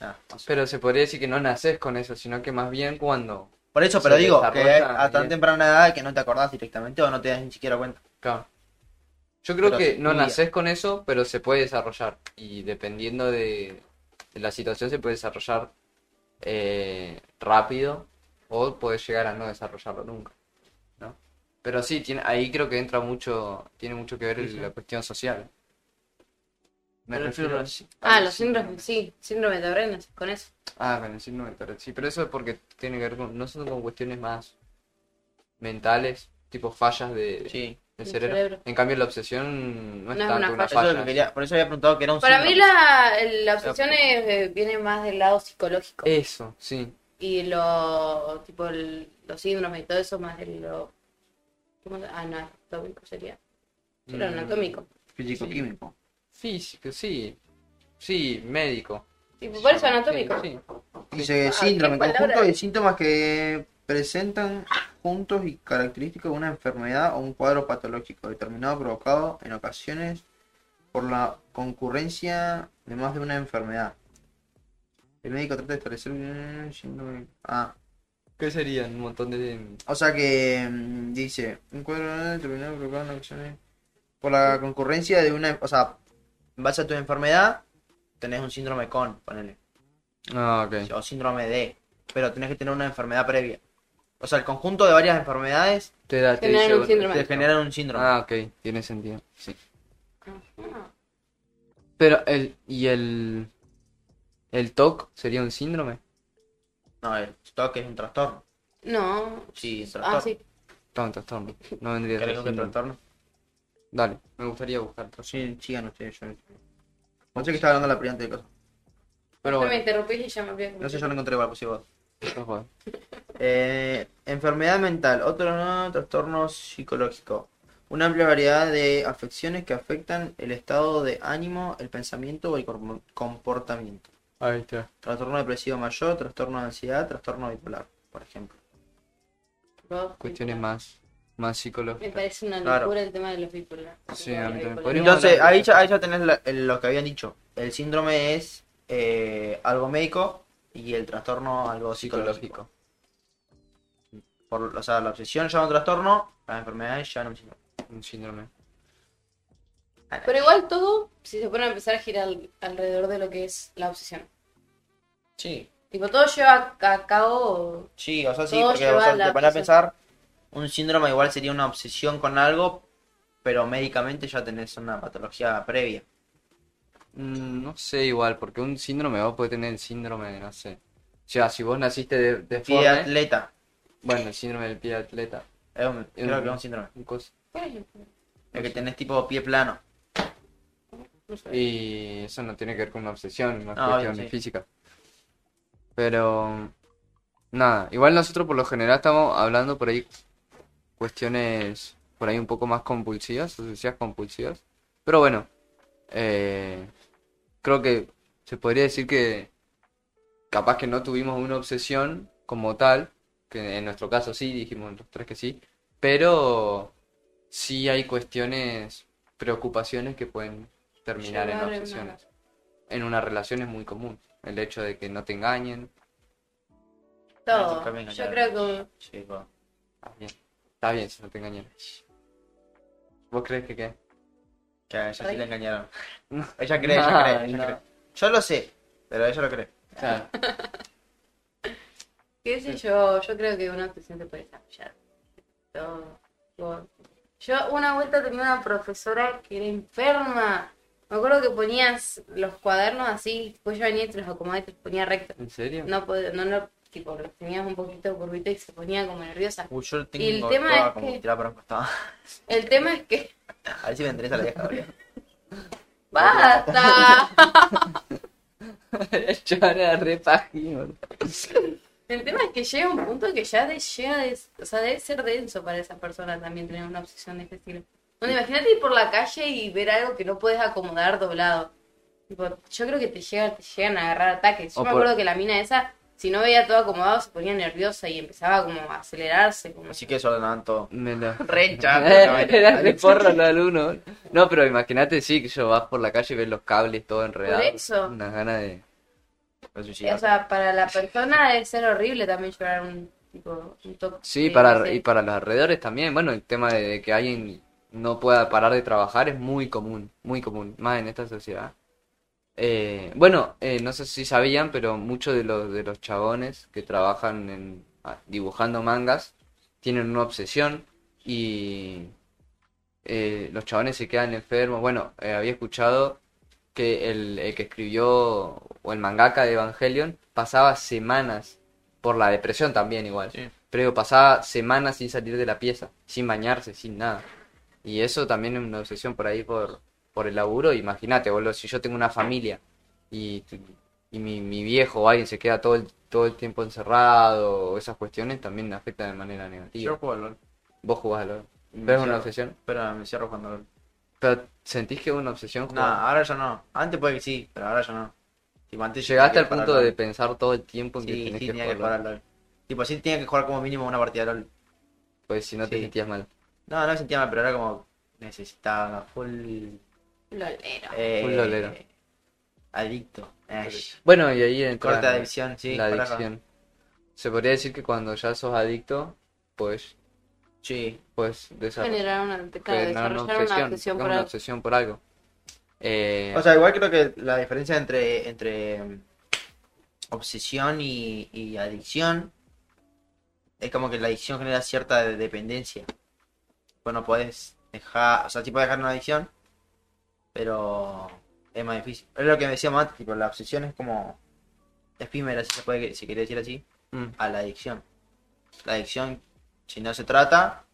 B: nada, no sé.
A: Pero se podría decir que no naces con eso, sino que más bien cuando
B: Por eso,
A: Se
B: pero digo,
A: desarrolla
B: que a tan
A: también.
B: temprana edad que no te acordás directamente o no te das ni siquiera cuenta.
A: Claro. Yo creo
B: Pero
A: que no
B: mira.
A: naces con eso, pero se puede desarrollar. Y dependiendo de, de la situación, se puede desarrollar eh, rápido o puedes llegar a no desarrollarlo nunca. ¿no? Pero sí, tiene, ahí creo que entra mucho, tiene mucho que ver el-
B: Sí, sí.
A: la cuestión social. Me
B: Pero
A: refiero
B: yo-
A: al-
C: Ah,
A: al
C: los síndromes, sí, síndrome de Torrenas, con eso.
A: Ah, con el síndrome de Tourette, sí, pero eso es porque tiene que ver con, no son con cuestiones más mentales, tipo fallas de,
B: Sí.
A: del
C: Del
A: cerebro.
C: cerebro.
A: En cambio, la obsesión no es
C: No es
A: tanto
C: una
A: una
B: Eso es
A: falla.
B: lo que quería- por eso había preguntado que era un
C: Para
B: síndrome.
C: mí la, el- la obsesión es, eh, viene más del lado psicológico.
A: Eso, sí.
C: Y lo, tipo, el- los síndromes y todo eso más de lo... ¿Cómo se Anatómico sería. Sí, lo
A: Mm,
C: anatómico.
B: Físico-químico.
A: Físico, sí. Sí, médico.
C: Tipo, por eso
A: Sí,
C: anatómico.
A: Sí,
B: Dice
C: Ah,
B: síndrome,
C: ¿qué
B: conjunto
C: palabra?
B: de síntomas que presentan juntos y característicos de una enfermedad o un cuadro patológico determinado provocado en ocasiones por la concurrencia de más de una enfermedad. El médico trata de establecer un síndrome. Ah,
A: ¿Qué serían? Un montón de...
B: o sea que mm, dice un cuadro determinado provocado en ocasiones por la concurrencia de una, o sea, en base a tu enfermedad tenés un síndrome con, ponele.
A: Ah, ok.
B: o síndrome de, pero tenés que tener una enfermedad previa. O sea, el conjunto de varias enfermedades
A: Te da, te
C: Generar
A: dice-
C: un síndrome.
B: te generan un síndrome.
A: Ah, ok. Tiene sentido. Sí.
C: Ajá.
A: Pero el... ¿Y el... El TOC sería un síndrome?
B: No, el TOC es un trastorno.
C: No.
B: Sí, es trastorno.
C: Ah, sí.
A: No, un trastorno. No vendría a ser
B: ¿Querés que
A: síndrome.
B: trastorno?
A: Dale, me gustaría buscar trastorno.
B: Sí, sigan ustedes. Yo... No sé que estaba hablando la primera de cosas.
A: Pero
C: Me
A: bueno,
C: interrumpí y ya me olvidé.
B: No sé, yo lo encontré igual, pues sí, vos.
A: no jodas.
B: Eh, enfermedad mental, otro no, trastorno psicológico. Una amplia variedad de afecciones que afectan el estado de ánimo, el pensamiento o el corpo- comportamiento.
A: Ahí está.
B: Trastorno depresivo mayor, trastorno de ansiedad, trastorno bipolar, por ejemplo.
C: Pero-
A: Cuestiones más, más
C: Me
A: psicológicas.
C: parece una locura
B: Claro.
C: el tema de los bipolar.
A: Sí, a mí también.
C: Bipolar.
A: Podríamos-
B: Entonces,
A: hablar de
B: ahí
A: eso.
B: ya, ahí ya tenés la- el- lo que habían dicho. El síndrome es eh, algo médico y el trastorno algo psicológico.
A: Psicológico.
B: Por, o sea, la obsesión lleva un trastorno, las enfermedades llevan un síndrome.
A: Un síndrome.
C: Pero igual todo, si se pone a empezar a girar al- alrededor de lo que es la obsesión.
B: Sí,
C: Tipo, todo lleva a a cabo
B: sí, o sea, sí,
C: Todo
B: porque
C: lleva
B: o sea,
C: a la
B: te pones a
C: obsesión.
B: pensar, un síndrome igual sería una obsesión con algo, pero médicamente ya tenés una patología previa.
A: Mm, No sé, igual, porque un síndrome, vos puede tener el síndrome, de, no sé. O sea, si vos naciste de,
B: Pie
A: deforme,
B: de atleta,
A: bueno, el síndrome del pie de atleta,
B: es un- creo que es
A: un-
B: un síndrome.
A: un cos-
C: Por ejemplo.
B: El que tenés tipo pie plano.
C: No sé.
A: y eso no tiene que ver con una obsesión, más
B: Ah, obvio,
A: cuestiones
B: sí.
A: físicas. Pero, nada, igual nosotros por lo general estamos hablando por ahí cuestiones por ahí un poco más compulsivas, obsesivas compulsivas. Pero bueno, eh, creo que se podría decir que capaz que no tuvimos una obsesión como tal, que en nuestro caso sí, dijimos los tres que sí, pero sí hay cuestiones, preocupaciones que pueden terminar en
C: Llevar en
A: obsesiones. En una relación es muy común el hecho de que no te engañen.
C: Todo.
B: Camino,
C: Yo
B: claro.
C: creo que
B: Sí, va.
A: Está bien, está bien si no te engañan. ¿Vos crees que qué?
B: Que a ella sí
C: Ay.
B: la engañaron.
A: No.
B: Ella cree,
A: No,
B: ella cree, ella
A: no.
B: cree. Yo lo sé, pero ella lo cree.
A: Claro.
C: ¿Qué sé yo? Yo creo que una obsesión te puede desarrollar. Todo. Todo. Yo una vuelta tenía una profesora que era enferma. Me acuerdo que ponías los cuadernos así, después yo venía y te los acomodaba y te los ponía recto.
A: ¿En serio?
C: No, pod- no, no, tipo, los tenías un poquito curvito y se ponía como nerviosa.
B: Uy, yo tengo
C: Y el tema
B: toda
C: es
B: como
C: que-
B: tirada para un costado.
C: El tema es que...
B: A ver si me interesa la vieja, boludo.
C: ¡Basta!
A: Yo era re pajín, boludo.
C: El tema es que llega un punto que ya de- llega, de- o sea, debe ser denso para esa persona también tener una obsesión de este estilo. Bueno, imagínate ir por la calle y ver algo que no puedes acomodar doblado. Tipo, yo creo que te, llega, te llegan a agarrar ataques. Yo
A: O
C: me
A: por-
C: acuerdo que la mina esa, si no veía todo acomodado, se ponía nerviosa y empezaba como a acelerarse. Como...
B: Así que eso ordenaban todo.
A: Me la...
B: Re
A: Era re porro lo del uno. No, pero imagínate, sí, que yo vas por la calle y ves los cables todo enredados.
C: Por eso.
A: Unas ganas de.
C: O sea, para la persona debe ser horrible también llorar un, Tipo, un toque.
A: Sí, para,
C: sí.
A: y para los alrededores también. Bueno, el tema de, de que alguien no pueda parar de trabajar es muy común, muy común, más en esta sociedad. Eh, bueno, eh, no sé si sabían, pero muchos de los, de los chabones que trabajan en, ah, dibujando mangas tienen una obsesión y eh, los chabones se quedan enfermos. Bueno, eh, había escuchado que el, el que escribió o el mangaka de Evangelion pasaba semanas por la depresión también igual.
B: Sí.
A: Pero pasaba semanas sin salir de la pieza, sin bañarse, sin nada. Y eso también es una obsesión por ahí por, por el laburo. Imagínate, boludo, si yo tengo una familia y, tu- y mi, mi viejo o alguien se queda todo el, todo el tiempo encerrado, o esas cuestiones también afectan de manera negativa.
B: Yo juego al LOL.
A: Vos jugás al LOL.
B: Me
A: ¿Pero es una
B: cierro.
A: obsesión?
B: Pero me cierro cuando LOL.
A: ¿Pero sentís que es una obsesión?
B: No,
A: jugar?
B: ahora ya no. Antes puede que sí, pero ahora ya no. Tipo, antes yo
A: Llegaste
B: tenía
A: al
B: que jugar
A: punto
B: al
A: de
B: LOL.
A: pensar todo el tiempo en que
B: Sí,
A: tenés
B: sí,
A: que
B: tenía que
A: jugar.
B: jugar al LOL. Tipo, sí tenía que jugar como mínimo una partida de LOL.
A: Pues si no te
B: Sí.
A: sentías mal.
B: No, no me sentía mal, pero era como necesitaba full.
C: Lolero.
B: Eh,
A: Full lolero.
B: Adicto. Ay,
A: Bueno, y ahí entra
B: corta adicción, sí.
A: la
B: para acá.
A: adicción. Se podría decir que cuando ya sos adicto, pues,
B: Sí.
A: pues desarrollar
C: Generar una, claro,
A: generar una
C: desarrollar una obsesión
A: es
C: por
A: una
C: algo.
A: obsesión por algo. Eh,
B: O sea, igual creo que la diferencia entre, entre mm, obsesión y, y adicción es como que la adicción genera cierta de- dependencia. Bueno, puedes dejar, o sea, sí puedes dejar una adicción, pero es más difícil. Es lo que me decía Matt, tipo, la obsesión es como efímera, si se puede, si quiere decir así.
A: mm.
B: a la adicción. La adicción, si no se trata,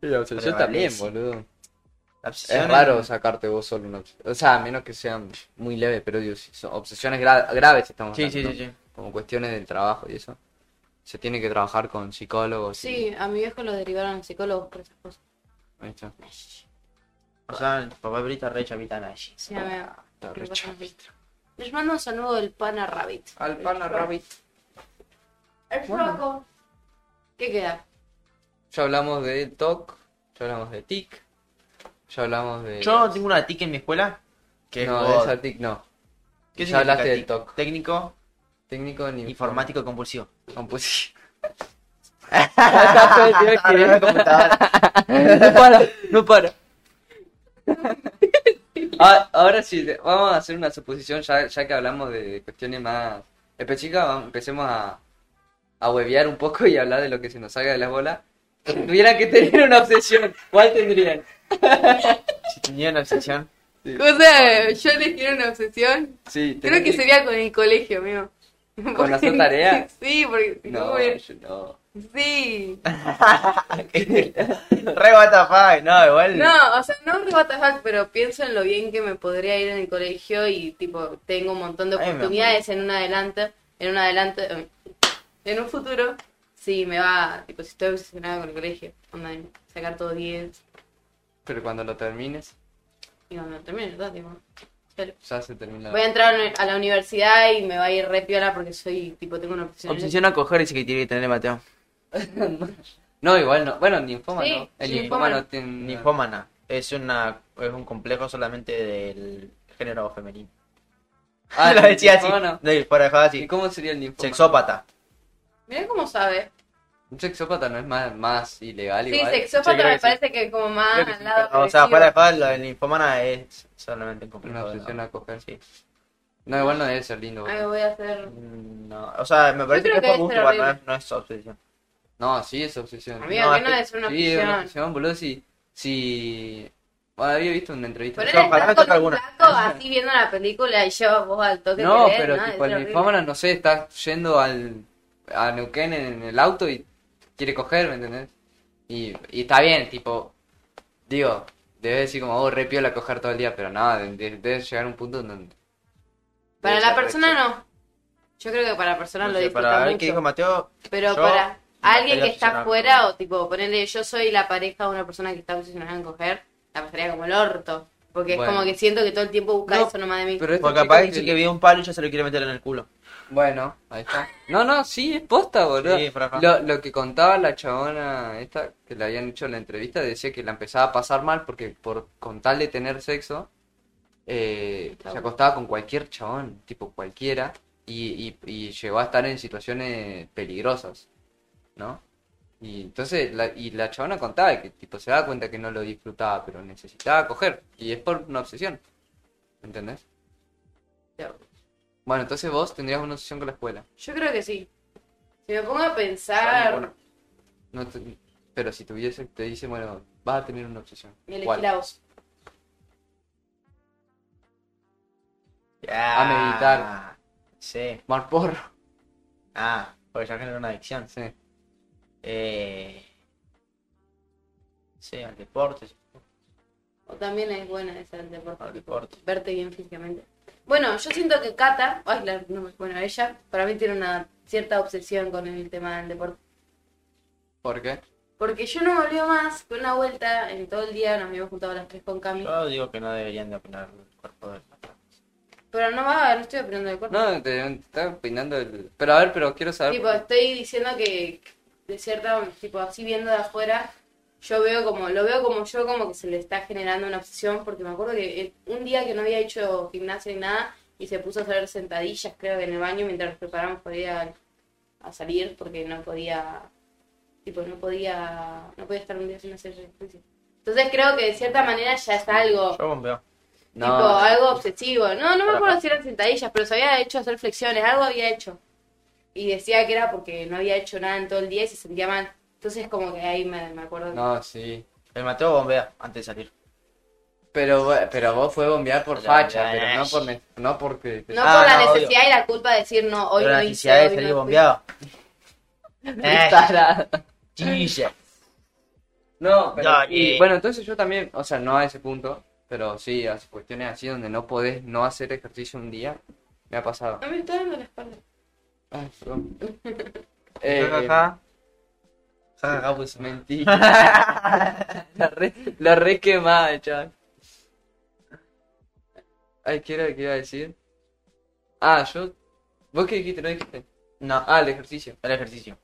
A: la obsesión también,
B: prevalece.
A: boludo.
B: la
A: Es
B: obsesión
A: raro sacarte vos solo una obsesión. O sea, a menos que sean muy leves, pero digo, si son obsesiones gra- graves estamos
B: Sí, sí,
A: hablando,
B: sí,
A: ¿no?
B: sí.
A: Como cuestiones del trabajo y eso. Se tiene que trabajar con psicólogos.
C: Sí, a mi viejo lo derivaron a psicólogos por esas cosas.
A: Y... Ahí está.
B: O sea, el papá de Brita re chapita Nashi.
C: Sí, a mí-
A: Está
C: Qué
A: re
C: cosas
A: chapi.
C: Les mando un saludo del pana Rabbit.
A: Al pana Rabbit.
C: El
A: Bueno.
C: flaco. ¿Qué queda?
A: Ya hablamos de TOC, ya hablamos de TIC, ya hablamos de...
B: Yo tengo una TIC en mi escuela que es
A: no,
B: God.
A: de esa TIC no.
B: ¿Qué
A: ya hablaste
B: significa
A: del
B: TIC?
A: TOC.
B: Técnico
A: Técnico ni
B: informático compulsivo.
A: Compus... no para, no para. Ah, ahora sí, de- vamos a hacer una suposición, ya, ya que hablamos de cuestiones más específicas, vamos- empecemos a, a huevear un poco y hablar de lo que se nos salga de las bolas. Si tuvieran que tener una obsesión, ¿cuál tendrían?
B: Si tenía una obsesión.
C: O sea, yo les quiero una obsesión.
A: Sí,
C: Creo que
A: tenés-
C: sería con el colegio, mío.
A: ¿Con hacer tarea?
C: Sí, porque si no,
A: No,
C: me-
A: yo no.
C: Sí.
B: re what the fuck, no, igual.
C: No, o sea, no me what the fuck, pero pienso en lo bien que me podría ir en el colegio y tipo tengo un montón de
B: Ay, me
C: oportunidades en un adelante, en un adelante, eh, en un futuro. Sí, me va, tipo, si estoy obsesionada con el colegio, onda, en sacar todo 10
A: Pero cuando lo termines,
C: y cuando termine, ¿verdad? Tipo, chale.
A: ya se termina.
C: Voy a entrar a la universidad y me va a ir re piola porque soy, tipo, tengo una obsesión.
B: Obsesión a coger dice que tiene que tener Mateo.
A: No, igual no. Bueno, linfoma
C: Sí,
A: no. El
C: sí,
A: linfoma
C: linfoma.
A: no tiene.
B: Ninfómana. Es una es un complejo solamente del género femenino.
A: Ah,
B: lo decía así.
A: linfoma no.
B: De- Fuera de joda,
A: ¿Y
B: así.
A: cómo sería el linfoma?
B: Sexópata.
C: Mirá cómo sabe.
A: Un sexópata no es más, más ilegal
C: Sí,
A: igual.
B: Sí,
C: sexópata
B: creo
C: me
B: que sí.
C: parece que es como más
A: Creo que sí,
C: Ah, al lado
B: O sea, fuera de
C: agresivo.
B: joda, lo del linfomana es solamente un complejo.
A: Una
B: de-
A: obsesión a coger.
B: Sí.
A: No, igual no debe ser lindo.
C: Ay,
A: boludo.
C: voy a hacer...
B: No, o sea, me parece que
C: creo
B: es por gusto,
C: que debe ser
B: igual, no
C: horrible.
B: es, no es obsesión.
A: No, sí es obsesión.
C: Amigo,
B: No,
C: que
B: es
C: no
B: que-
A: sí,
C: es una
A: es una
C: obsesión.
A: obsesión, boludo. Si. si... Bueno, había visto una entrevista.
C: Por él
B: Yo, ojalá
C: estar
B: me
C: con
B: toque
C: un
B: alguna.
C: flaco así viendo la película y yo vos al toque
A: No,
C: querés,
A: pero
C: ¿no?
A: tipo,
C: Es
A: el
C: horrible.
A: ninfómana, no sé, está yendo al, a Neuquén en el auto y quiere coger, ¿me entendés? Y, y está bien, tipo, digo, debes decir como, oh, re piola coger todo el día, pero no, de- de- debes llegar a un punto en donde...
C: Para
A: debe
C: la
A: ser
C: persona
A: recto.
C: no. Yo creo que para la persona
B: No
C: lo
B: sé,
C: disfruta
B: para ver
C: mucho.
B: qué dijo Mateo,
C: pero
B: yo
C: para
B: me
C: alguien
B: gustaría
C: que está
B: obsesionar
C: afuera
B: con-
C: o tipo, ponerle yo soy la pareja de una persona que está obsesionada en coger, la pasaría como el orto. Porque
A: Bueno.
C: es como que siento que todo el tiempo busca
A: No,
C: eso nomás de mí.
A: Pero esta
B: porque
A: chica
B: capaz
A: que-
B: dice que vio un palo y ya se lo quiere meter en el culo.
A: Bueno, ahí está. No, no, sí, es posta, boludo.
B: Sí, fraja.
A: lo, lo que contaba la chabona esta, que le habían hecho la entrevista, decía que la empezaba a pasar mal porque por con tal de tener sexo, eh, se acostaba con cualquier chabón, tipo cualquiera, y, y- y llegó a estar en situaciones peligrosas.
B: ¿no?
A: Y entonces, la, y la chabona contaba que tipo se daba cuenta que no lo disfrutaba, pero necesitaba coger. Y es por una obsesión. ¿Entendés? Bueno, entonces vos tendrías una obsesión con la escuela.
C: Yo creo que sí. Si me pongo a
B: Para
C: pensar,
B: ninguno.
A: No te- pero si tuviese, te dice, bueno, vas a tener una obsesión.
C: me elegí
A: ¿Cuál?
C: la voz.
B: Ah,
A: meditar.
B: Sí.
A: Fumar porro.
B: Ah, porque ya generó una adicción.
A: Sí.
B: Eh... Sí, al deporte.
C: O también es buena esa del deporte.
B: Al
C: tipo,
B: deporte.
C: Verte bien físicamente. Bueno, yo siento que Cata, ay, la- no me- bueno, ella, para mí tiene una cierta obsesión con el tema del deporte.
A: ¿Por qué?
C: Porque yo no me olvido más que una vuelta en todo el día nos habíamos juntado las tres con Cami.
B: Yo digo que no deberían de opinar el cuerpo de
C: Pero no va, no estoy opinando del cuerpo.
A: No, te, te está opinando el... Pero a ver, pero quiero saber...
C: Tipo, estoy diciendo que de cierta, tipo, así viendo de afuera, yo veo como, lo veo como yo, como que se le está generando una obsesión, porque me acuerdo que eh, un día que no había hecho gimnasia ni nada, y se puso a hacer sentadillas, creo que en el baño, mientras nos preparamos para ir a, a salir, porque no podía, tipo, no podía, no podía estar un día sin hacer ejercicio. Entonces creo que de cierta manera ya es algo,
B: Yo bombeo.
A: No,
C: tipo, algo obsesivo. No, no me
B: Para
C: acuerdo
B: pa-
C: si eran sentadillas, pero se había hecho hacer flexiones, algo había hecho. Y decía que era porque no había hecho nada en todo el día y se sentía mal. Entonces como que ahí me, me acuerdo.
A: no, sí.
B: El Mateo bombea antes de salir.
A: Pero, bu- pero vos fue bombear por
B: Pero-
A: facha, pero no, por, ne- no porque...
C: No
B: Ah,
C: por la
B: no,
C: necesidad y la culpa de decir no, hoy
B: Pero
C: no
B: la
C: hice.
B: necesidad de
C: hoy no
B: salir
C: fui.
B: bombeado. Eh,
A: Tarada.
B: chilla.
A: No, pero,
B: No,
A: y
B: eh.
A: bueno, entonces yo también, o sea, no a ese punto, pero sí a cuestiones así donde no podés no hacer ejercicio un día, me ha pasado.
C: No me está dando la espalda.
A: Ay, perdón. Eh,
B: Ja, ja, ja. Ja, ja, ja, pues, me-
A: Ah, mentí. la re, la re quemada, chaval. Ay, ¿qué era lo que iba a decir? Ah, yo... ¿Vos qué dijiste? ¿No dijiste?
B: No,
A: Ah, el ejercicio.
B: el ejercicio.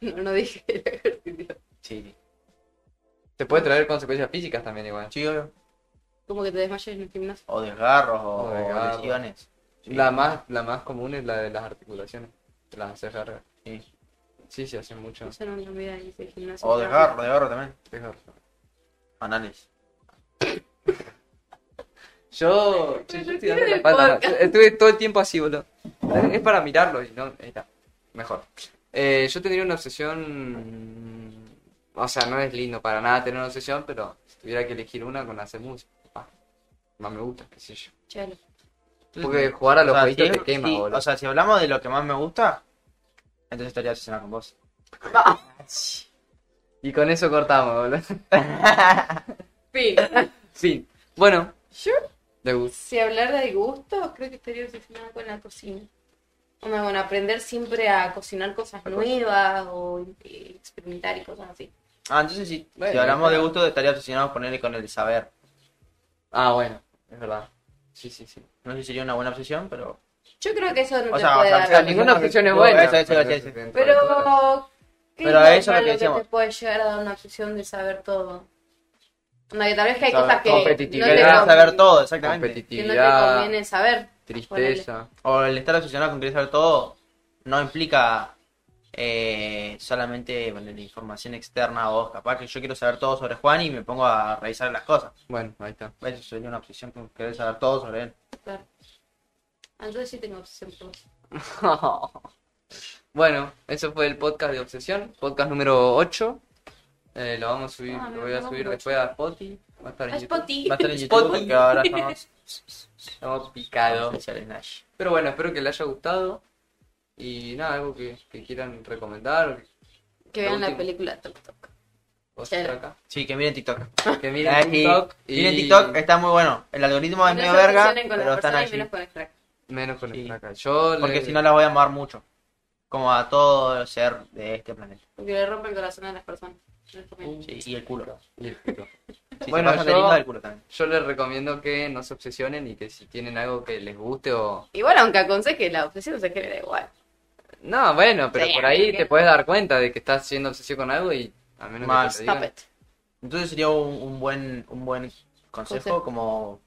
C: No, no dije el ejercicio.
B: Sí, sí.
A: Te puede traer consecuencias físicas también igual.
B: Sí, obvio.
C: Como que te desmayas en el gimnasio.
B: O desgarros o,
A: O desgarros.
B: lesiones. Sí,
A: La más, la más común es la de las articulaciones, de las haces largas.
B: sí.
A: Sí, se hacen mucho.
C: Eso no me olvida hice gimnasio.
B: O desgarro, desgarro también.
A: Dejar.
B: Anales.
A: Yo, yo
C: Pero
A: estoy
C: tiene
A: dando la
C: el
A: espalda,
C: podcast.
A: estuve todo el tiempo así, boludo. Es para mirarlo y no. ahí está. Mejor. Eh, yo tendría una obsesión. mm, O sea, no es lindo para nada tener una obsesión, pero si tuviera que elegir una con hacer música. ah, más me gusta, qué sé yo.
C: Chalo.
A: Porque jugar a los
B: O sea,
A: jueguitos
B: si-
A: te quema,
B: si-
A: boludo.
B: O sea, si hablamos de lo que más me gusta, entonces estaría obsesionado con vos.
A: y con eso cortamos, boludo.
C: Fin.
A: Fin. Bueno,
C: Yo
A: de gusto.
C: Si hablar de gustos, creo que estaría obsesionada con la cocina. O sea, con aprender siempre a cocinar cosas nuevas o eh, experimentar y cosas así.
B: Ah, entonces sí. si
A: Bueno,
B: hablamos de
A: pero-
B: gusto, estaría obsesionado con él y con el saber.
A: Ah, bueno, es verdad. Sí, sí, sí.
B: No sé si sería una buena obsesión, pero.
C: Yo creo que eso no
B: O
C: te
B: sea,
C: puede
B: o sea,
A: O sea,
C: dar.
A: ninguna obsesión es
B: No,
A: buena.
B: eso, eso,
A: pero
B: eso, eso.
A: dentro de todo.
C: Pero, ¿qué
B: Pero eso
C: es
B: es lo que
C: lo que
B: decíamos.
C: te puede llegar a dar una obsesión de saber todo? Onda, que tal vez que hay
B: Saber
C: cosas que no, te
A: competitividad,
B: Querer
A: no.
B: saber todo,
A: Competitividad,
B: exactamente.
C: que no te conviene saber.
A: tristeza.
B: O el estar obsesionado con querer saber todo no implica eh, solamente bueno, la información externa o capaz que yo quiero saber todo sobre Juan y me pongo a revisar las cosas.
A: Bueno, ahí está.
B: Pues, Eso sería una obsesión con querer saber todo sobre él.
C: Claro. Ah, Entonces sí tengo obsesión por eso.
A: bueno, eso fue el podcast de Obsesión, podcast número 8. Eh, lo vamos a subir,
C: Ah,
A: lo
C: no,
A: voy a
C: no,
A: subir
C: no.
A: después a Spotify. Va a estar en
C: Ah,
A: YouTube.
C: Spotty.
B: Va a estar en
A: Spotify.
B: YouTube porque ahora estamos
A: Estamos picados.
B: especiales Nash.
A: Pero bueno, espero que les haya gustado. Y nada, algo que, que quieran recomendar.
C: Que
A: Lo
C: vean la
A: último.
C: película Tok Tok.
A: o
C: Claro.
A: por acá.
B: Sí, que miren TikTok.
A: Que miren
B: Ah, sí.
A: TikTok. Y...
B: Miren TikTok, está muy bueno. El algoritmo es
C: No
B: medio
C: se
B: verga,
C: obsesionen con
B: pero
C: las
B: están
C: personas y
B: allí.
C: menos con el crack.
A: Menos con
B: Sí.
A: el acá. Yo
B: Porque
A: le-
B: si no las voy a amar mucho. Como a todo ser de este planeta.
C: Porque le rompe el corazón a las personas. No es por mí.
B: Sí, y el culo.
A: Y el culo.
B: Sí,
A: Bueno,
B: se pasan de
A: yo-
B: lindo el culo también.
A: Yo les recomiendo que no se obsesionen y que si tienen algo que les guste o...
C: Igual, aunque aconseje, la obsesión se genera igual.
A: No, bueno, pero
C: Sí,
A: por ahí
C: que-
A: te puedes dar cuenta de que estás siendo obsesivo con algo y a menos
B: Mal.
A: que te
C: Stop
A: digan,
C: it.
B: Entonces sería un, un buen un buen consejo
C: Consejo.
B: como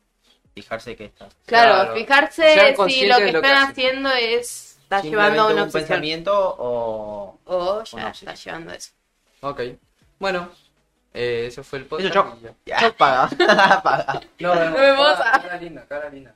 B: fijarse que estás.
C: Claro,
A: Claro.
C: fijarse
A: Sean
C: si lo
A: conscientes
C: que
A: de lo que
C: están
A: hacen.
C: haciendo es Está llevando a
B: Simplemente
C: una
B: un
C: obsesión.
B: pensamiento o...
C: O
B: Una
C: ya
B: obsesión.
C: está llevando eso.
A: Ok. Bueno, eh, eso fue el podcast.
B: Eso yo.
A: y ya.
B: Ya, paga. paga.
A: No, no,
C: me
A: cara-
C: moza.
A: cara linda, cara linda.